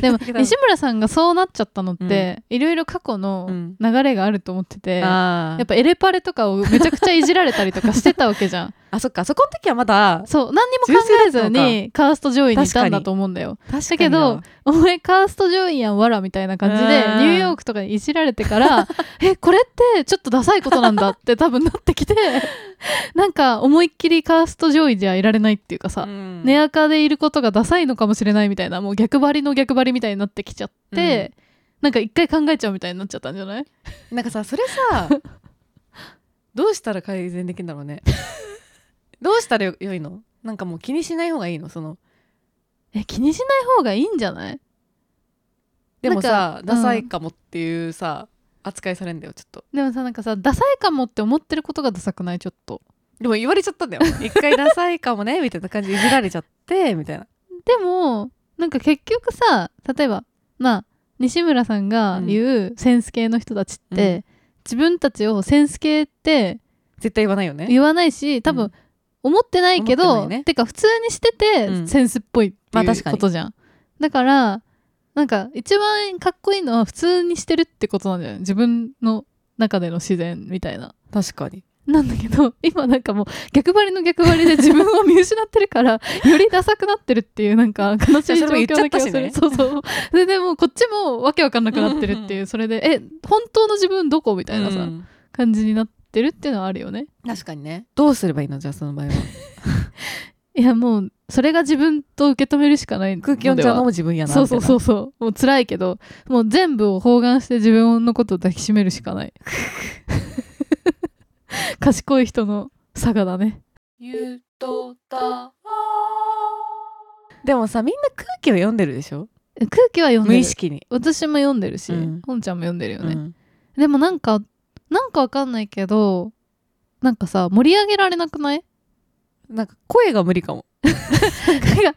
A: でも西村さんがそうなっちゃったのって、いろいろ過去
B: う
A: の
B: ん
A: 流れがあると思ってて、や
B: あー
A: っぱエレパレとかをめちゃくちゃいじられたりとかしてたわけじゃ
B: *laughs*
A: ん
B: あそっかそこの時はまだ
A: そう何にも考えずにカースト上位にいたんだと思うんだよ
B: 確
A: だけどお前カースト上位やんわらみたいな感じでニ
B: うん
A: ューヨークとかにいじられてから
B: *laughs*
A: えこれってちょっとダサいことなんだって多分なってき
B: *laughs*
A: てなんか思いっきりカースト上位じゃいられないっていうかさ、
B: うん
A: 寝垢でいることがダサいのかもしれないみたいなもう逆張りの逆張りみたいになってきちゃって、なんか一回考えちゃうみたいになっちゃったんじゃない
B: なんかさそれ
A: *laughs*
B: さどうしたら改善できるんだろうねどうしたらよ良いのなんかもう気にしない方がいいのその
A: え気にしない方がいいんじゃない
B: でもさ
A: なんか
B: ダ
A: うん
B: サいかもっていうさ、扱いされんだよちょっと
A: でもさなんかさダサいかもって思ってることがダサくないちょっと
B: でも言われちゃったんだ *laughs* よ。一回ダサいかもね、みたいな感じでいじられちゃって、みたいな。
A: でもなんか結局さ例えばまあ西村さんが言うセンス系の人たちって、
B: う
A: 自分たちをセンス系って
B: 絶対言わないよね。
A: 言わないし多分、
B: うん
A: 思ってないけ
B: 思っ
A: ど
B: てないね
A: てか普通にして
B: うん
A: てセンスっぽいって
B: まあ
A: い
B: 確
A: う
B: かに
A: ことじゃん、だからなんか一番かっこいいのは普通にしてるってことなんじゃない自分の中での自然みたいな
B: 確かに。
A: なんだけど今なんかもう逆張りの逆張りで自分を見失ってる
B: *laughs*
A: からよりダサくなってるっていうなんか悲しい状況な気がする、
E: そ
A: そうそうそれでもうこっちもわけわかんなくなってるっていうそれでえ本当の自分どこみたいなさ、
B: うん
A: 感じになってるっていうのはあるよね
E: 確かにね
B: どうすればいいのじゃあその *laughs* 場合は。
A: いやもうそれが自分と受け止めるしかないのでは
B: 空気読んじゃうのも自分やな。
A: そうそうそううそうもう辛いけどもう全部を包含して自分のことを抱きしめるしかない
B: *laughs*
A: 賢い人の差がだね
E: ゆうとた
B: でもさみんな空気を読んでるでしょ
A: え空気は読んでる
B: 無意識に。
A: 私も読んでるし、
B: うん
A: 本ちゃんも読んでるよね、
B: うん
A: でもなんかなんかわかんないけどなんかさ盛り上げられなくない
B: なんか声が無理かも。
A: なんか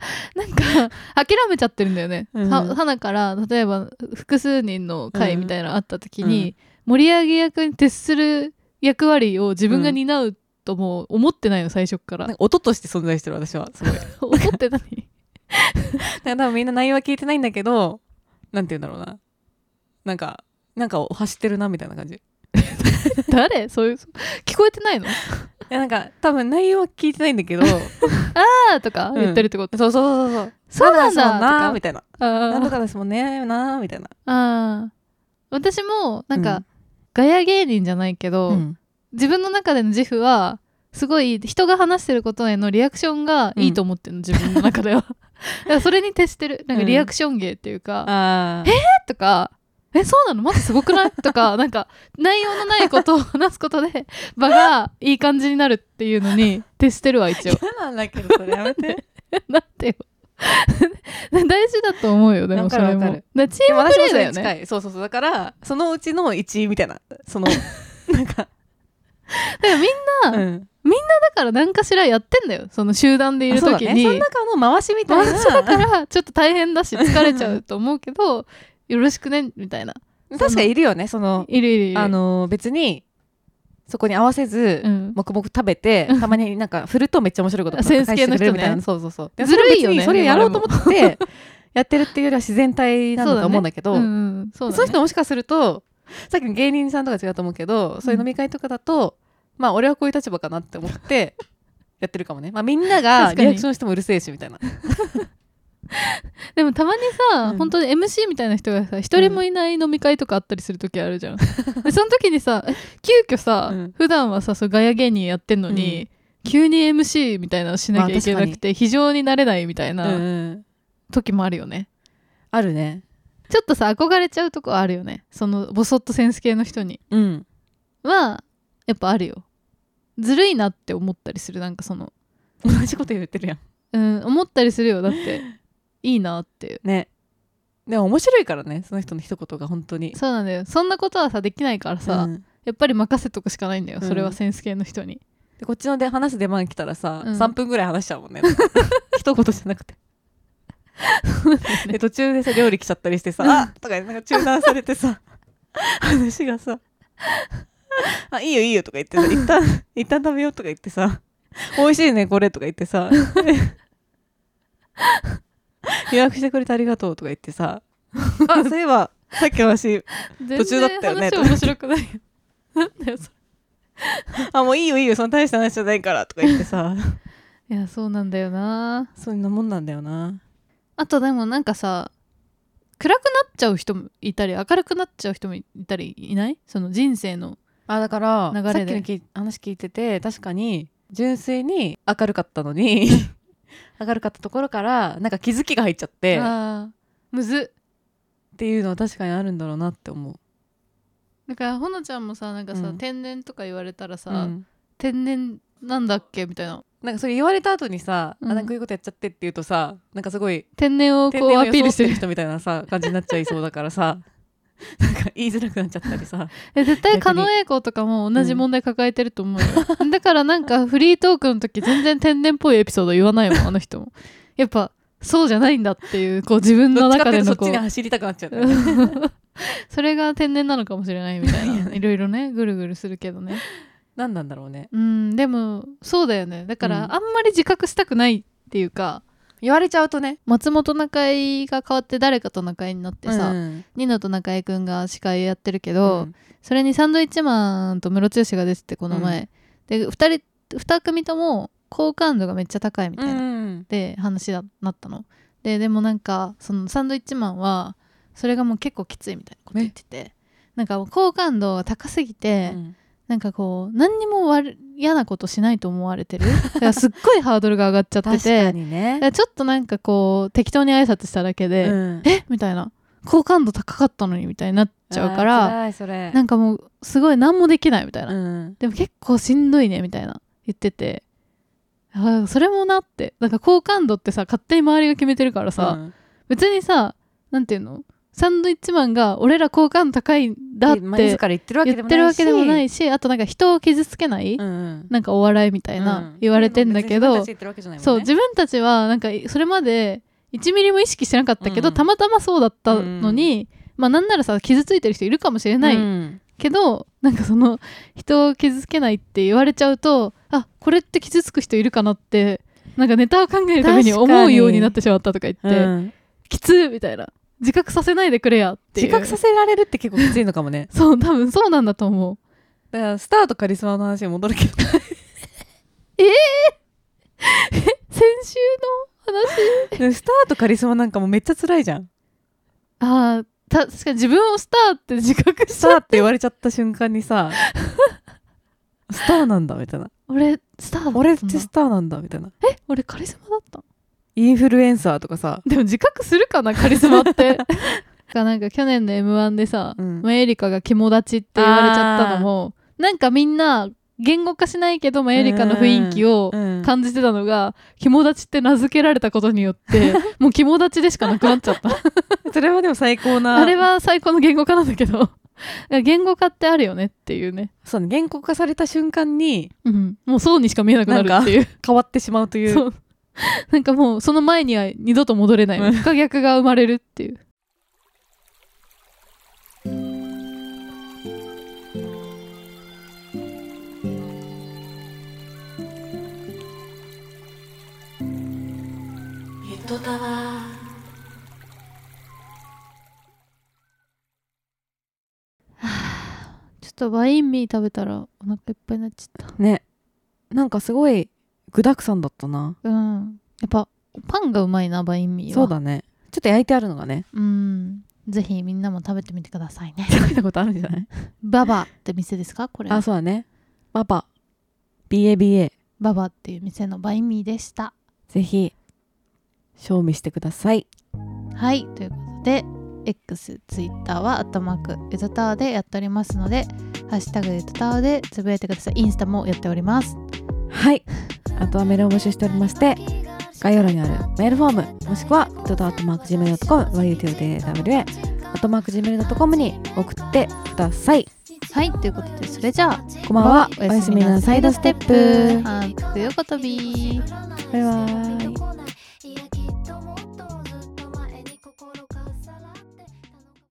A: なんか諦めちゃってるんだよね、
B: うん
A: は花から例えば複数人の会みたいなのあった時に、盛り上げ役に徹する役割を自分が担うとも思ってないの最初から、
B: なんか音として存在してる私はすごい。だ
A: *laughs*
B: か
A: 思ってない
B: *laughs* ら多分みんな内容は聞いてないんだけど、なんて言うんだろうな。なんかなんかを走ってるなみたいな感じ。い
A: 誰そういう聞こえてないの
B: やなんか多分内容は聞いてないんだけど。そう
A: あーとか言ってるってこと、
B: そうそうそう。
A: そうなんだ
B: そうなーみ
A: とか
B: たいな。なんと
A: あー
B: かですもんねなーみたいな。
A: あー私もなんか、
B: うん
A: ガヤ芸人じゃないけど、
B: うん
A: 自分の中での自負はすごい人が話してることへのリアクションがいいと思ってるの、自分の中で
B: *laughs*
A: はだからそれに徹してるなんか
B: うん
A: リアクション芸っていうか、
B: ああ。
A: とか「えそうなのまずすごくない?」とかなんか内容のないことを話すことで場がいい感じになるっていうのに徹してるわ一応
B: 嫌なんだけどそれや
A: *laughs*
B: めて。
A: なんてよ大事だと思うよでもそれ
B: わ
A: も
B: かるわか
A: だ
B: る
A: からチームプレーだよ
B: でも私もそれに近
A: ね
B: いそうそうそうだからそのうちの1位みたいな
A: *laughs*
B: そのなんか、
A: だからみんな、
B: うん、
A: だから何かしらやってんだよその集団でいる
B: あそうだ
A: 時
B: ね
A: に、
B: その中の回しみたい
A: 私だか
B: な
A: らちょっと大変だし疲れちゃうと思うけ
B: *laughs*
A: どよろしくねみたいな
B: 確かにいるよねその
A: いるいるいる
B: あの別にそこに合わせず、
A: うん
B: 黙々食べてたまになんか振るとめっちゃ面白いこと
A: あセンス系の人ね
B: 返してくれるみたいなそうそうそうで
A: ずるいよね
B: それは別にそれをやろうと思ってやってるっていうよりは自然体なんだと思うんだけど
A: うねうんうんそうだね
B: そういう人もしかするとさっきの芸人さんとか違うと思うけどそういう飲み会とかだと、まあ俺はこういう立場かなって思 *laughs* ってやってるかもね、まあ、みんなが
A: 確かに
B: リアクションしてもうるせえしみたいな
A: でもたまにさ、
B: うん
A: 本当に MC みたいな人がさ一人もいない飲み会とかあったりする時あるじゃん、でその時にさえ急遽さ、
B: うん
A: 普段はさそうガヤ芸人やってんのに、急に MC みたいなのしなきゃいけなくて非常になれないみたいな
B: うん
A: 時もあるよね
B: あるね
A: ちょっとさ憧れちゃうとこあるよねそのボソッとセンス系の人に
B: うん
A: はやっぱあるよずるいなって思ったりするなんかその
B: 同じこと言ってるやん
A: うん思ったりするよだって
B: *laughs*
A: いいなって
B: ねでも面白いからねその人の一言が本当に
A: そうなんだよそんなことはさできないからさ、
B: うん
A: やっぱり任せとくしかないんだよ
B: うん
A: それはセンス系の人に、
B: でこっちので話す出番来たらさ、
A: うん
B: 3分ぐらい話しちゃうもんね一言じゃなくてで途中でさ料理来ちゃったりしてさ「あとかなんか中断されてさ話がさ「あいいよいいよ」とか言ってさ「一旦一旦食べよう」とか言ってさ「美味しいねこれ」とか言ってさ「予約してくれてありがとう」とか言ってさ「あ *laughs* そういえばさっきの話途中だったよね
A: 全然話面白くないよなんだよそ
B: あもういいよいいよそんな大した話じゃないから」とか言ってさ
A: れいやそうなんだよな
B: そんなもんなんだよな。
A: あとでもなんかさ暗くなっちゃう人もいたり明るくなっちゃう人もいたりいないその人生の
B: あだから
A: 流れで
B: さっきのき話聞いてて確かに純粋に明るかったの
A: *laughs*
B: に明るかったところからなんか気づきが入っちゃってっ
A: あーむずって
B: いうのは確かにあるんだろうなって思う。
A: だからほのちゃんもさなんかさ、
B: うん
A: 天然とか言われたらさ、
B: うん
A: 天然なんだっけみたいな
B: なんかそれ言われた後にさ、
A: うん
B: あなんかこういうことやっちゃってって言うとさなんかすごい
A: 天然をこ
B: 天
A: う
B: 然を
A: アピールして
B: 装って *laughs*
A: る
B: 人みたいなさ感じになっちゃいそうだか
A: *laughs*
B: らさなんか言いづらくなっちゃったりさ
A: え絶対狩野英孝とかも同じ問題抱えてると思うよ、だからなんかフリートークの時全然天然っぽいエピソード言わないもんあの人もやっぱそうじゃないんだっていうこう自分の
B: どっちか
A: 中
B: って
A: で
B: いうとそ
A: の
B: っ
A: こ
B: ちに
A: う
B: 走りたくなっちゃうんだよ
A: *laughs*
B: ね
A: それが天然なのかもしれないみたい
B: *laughs*
A: ないろいろねぐるぐるするけどね
B: 何なんだろうね
A: うんでもそうだよねだから、
B: うん
A: あんまり自覚したくないっていうか
B: 言われちゃうとね
A: 松本中居が変わって誰かと仲居になってさ、
B: うん
A: ニノと中居くんが司会やってるけど、
B: うん
A: それにサンドイッチマンとムロツヨシが出ててこの前、で2人2組とも好感度がめっちゃ高いみたいな、
B: ん
A: で話だなったのででもなんかそのサンドイッチマンはそれがもう結構きついみたいなこと言っててなんか好感度が高すぎて、なんかこう何にも悪い嫌なことしないと思われてるだからすっごいハードルが上がっちゃって
B: *laughs* 確
A: て
B: かにね
A: だからちょっとなんかこう適当に挨拶しただけで、
B: うん
A: えみたいな好感度高かったのにみたいになっちゃうから
B: あー辛いそれ
A: なんかもうすごい何もできないみたいな、
B: うん
A: でも結構しんどいねみたいな言っててあーそれもなってなんか好感度ってさ勝手に周りが決めてるからさ、
B: うん
A: 別にさなんていうのサンドイッチマンが俺ら好感度高いんだっ
B: でまあ自
A: て
B: ら言ってるわけで
A: 言
B: も
A: ってる
B: な
A: わ
B: いし
A: けでもないいしあとなんか人を傷つけない、なんかお笑いみたいな言われてんだけど、そう自分たちはなんかそれまで1ミリも意識してなかったけど、
B: うん
A: たまたまそうだったのに、まあなんならさ傷ついてる人いるかもしれないけど、なんかその人を傷つけないって言われちゃうとあこれって傷つく人いるかなってなんかネタを考えるために
B: 確
A: 思
B: か
A: う
B: に
A: ようになってしまったとか言って、
B: うん
A: きついみたいな自覚させないでくれやっていう
B: 自覚させられるって結構きついのかも
A: *laughs*
B: ね
A: そう多分そうなんだと思う
B: だからスターとカリスマの話に戻る
A: *laughs*
B: けど
A: 先週の話
B: でスターとカリスマなんかもめっちゃ辛いじゃん
A: あーた確かに自分をスターって自覚し
B: ス
A: ち
B: タ
A: ゃ
B: ー
A: う
B: って言われちゃった瞬間に
A: *laughs*
B: さスターなんだみたいな
A: 俺スターだったんだ
B: 俺ってスターなんだみたいな
A: 俺カリスマだった
B: インフルエンサーとかさ、
A: でも自覚するかなカリスマって
B: *laughs*
A: かなんか去年の m 1でさ、
B: うん
A: まあエリカが肝立ちって言われちゃったのもなんかみんな言語化しないけど、まあエリカの雰囲気を
B: うん
A: 感じてたのが肝立ちって名付けられたことによって
B: *laughs*
A: もう肝立ちでしかなくなっちゃった
B: それはでも最高な
A: あれは最高の言語化なんだけど *laughs* 言語化ってあるよねっていうね、
B: そうね原告化された瞬間に
A: うん、もうそうにしか見えなくなるっていう
B: 変わってしまうとい
A: そううなんかもうその前には二度と戻れない
B: うん
A: 不可逆が生まれるっていう
C: ゆとたわ
A: ちょっとワインミー食べたらお腹いっぱいになっちゃっ
B: ねなんかすごい具沢山だったな
A: たうんやっぱパンがうまいなワインミーは
B: そうだねちょっと焼いてあるのがね
A: うんぜひみんなも食べてみてくださいね
B: *laughs*
A: *laughs*
B: 食べたことあるんじゃない
A: ババって店ですかこれは
B: あそうだねパパ BABA
A: ババっていう店のバインミーでした
B: ぜひ賞味してください
A: はいということで X、Twitter はアットマークゆとたわでやっておりますのでハッシュタグゆとたわでつぶやいてくださいインスタもやっております
B: はいあとはメールを募集しておりまして概要欄にあるメールフォームもしくは「トドアットマーク Gmail.com」「YUTODAWA」「アットマーク Gmail.com」に送ってください
A: はいということでそれじゃあ
B: こんばんはおやすみなサイドステップ
A: あくよことび
B: バイバイ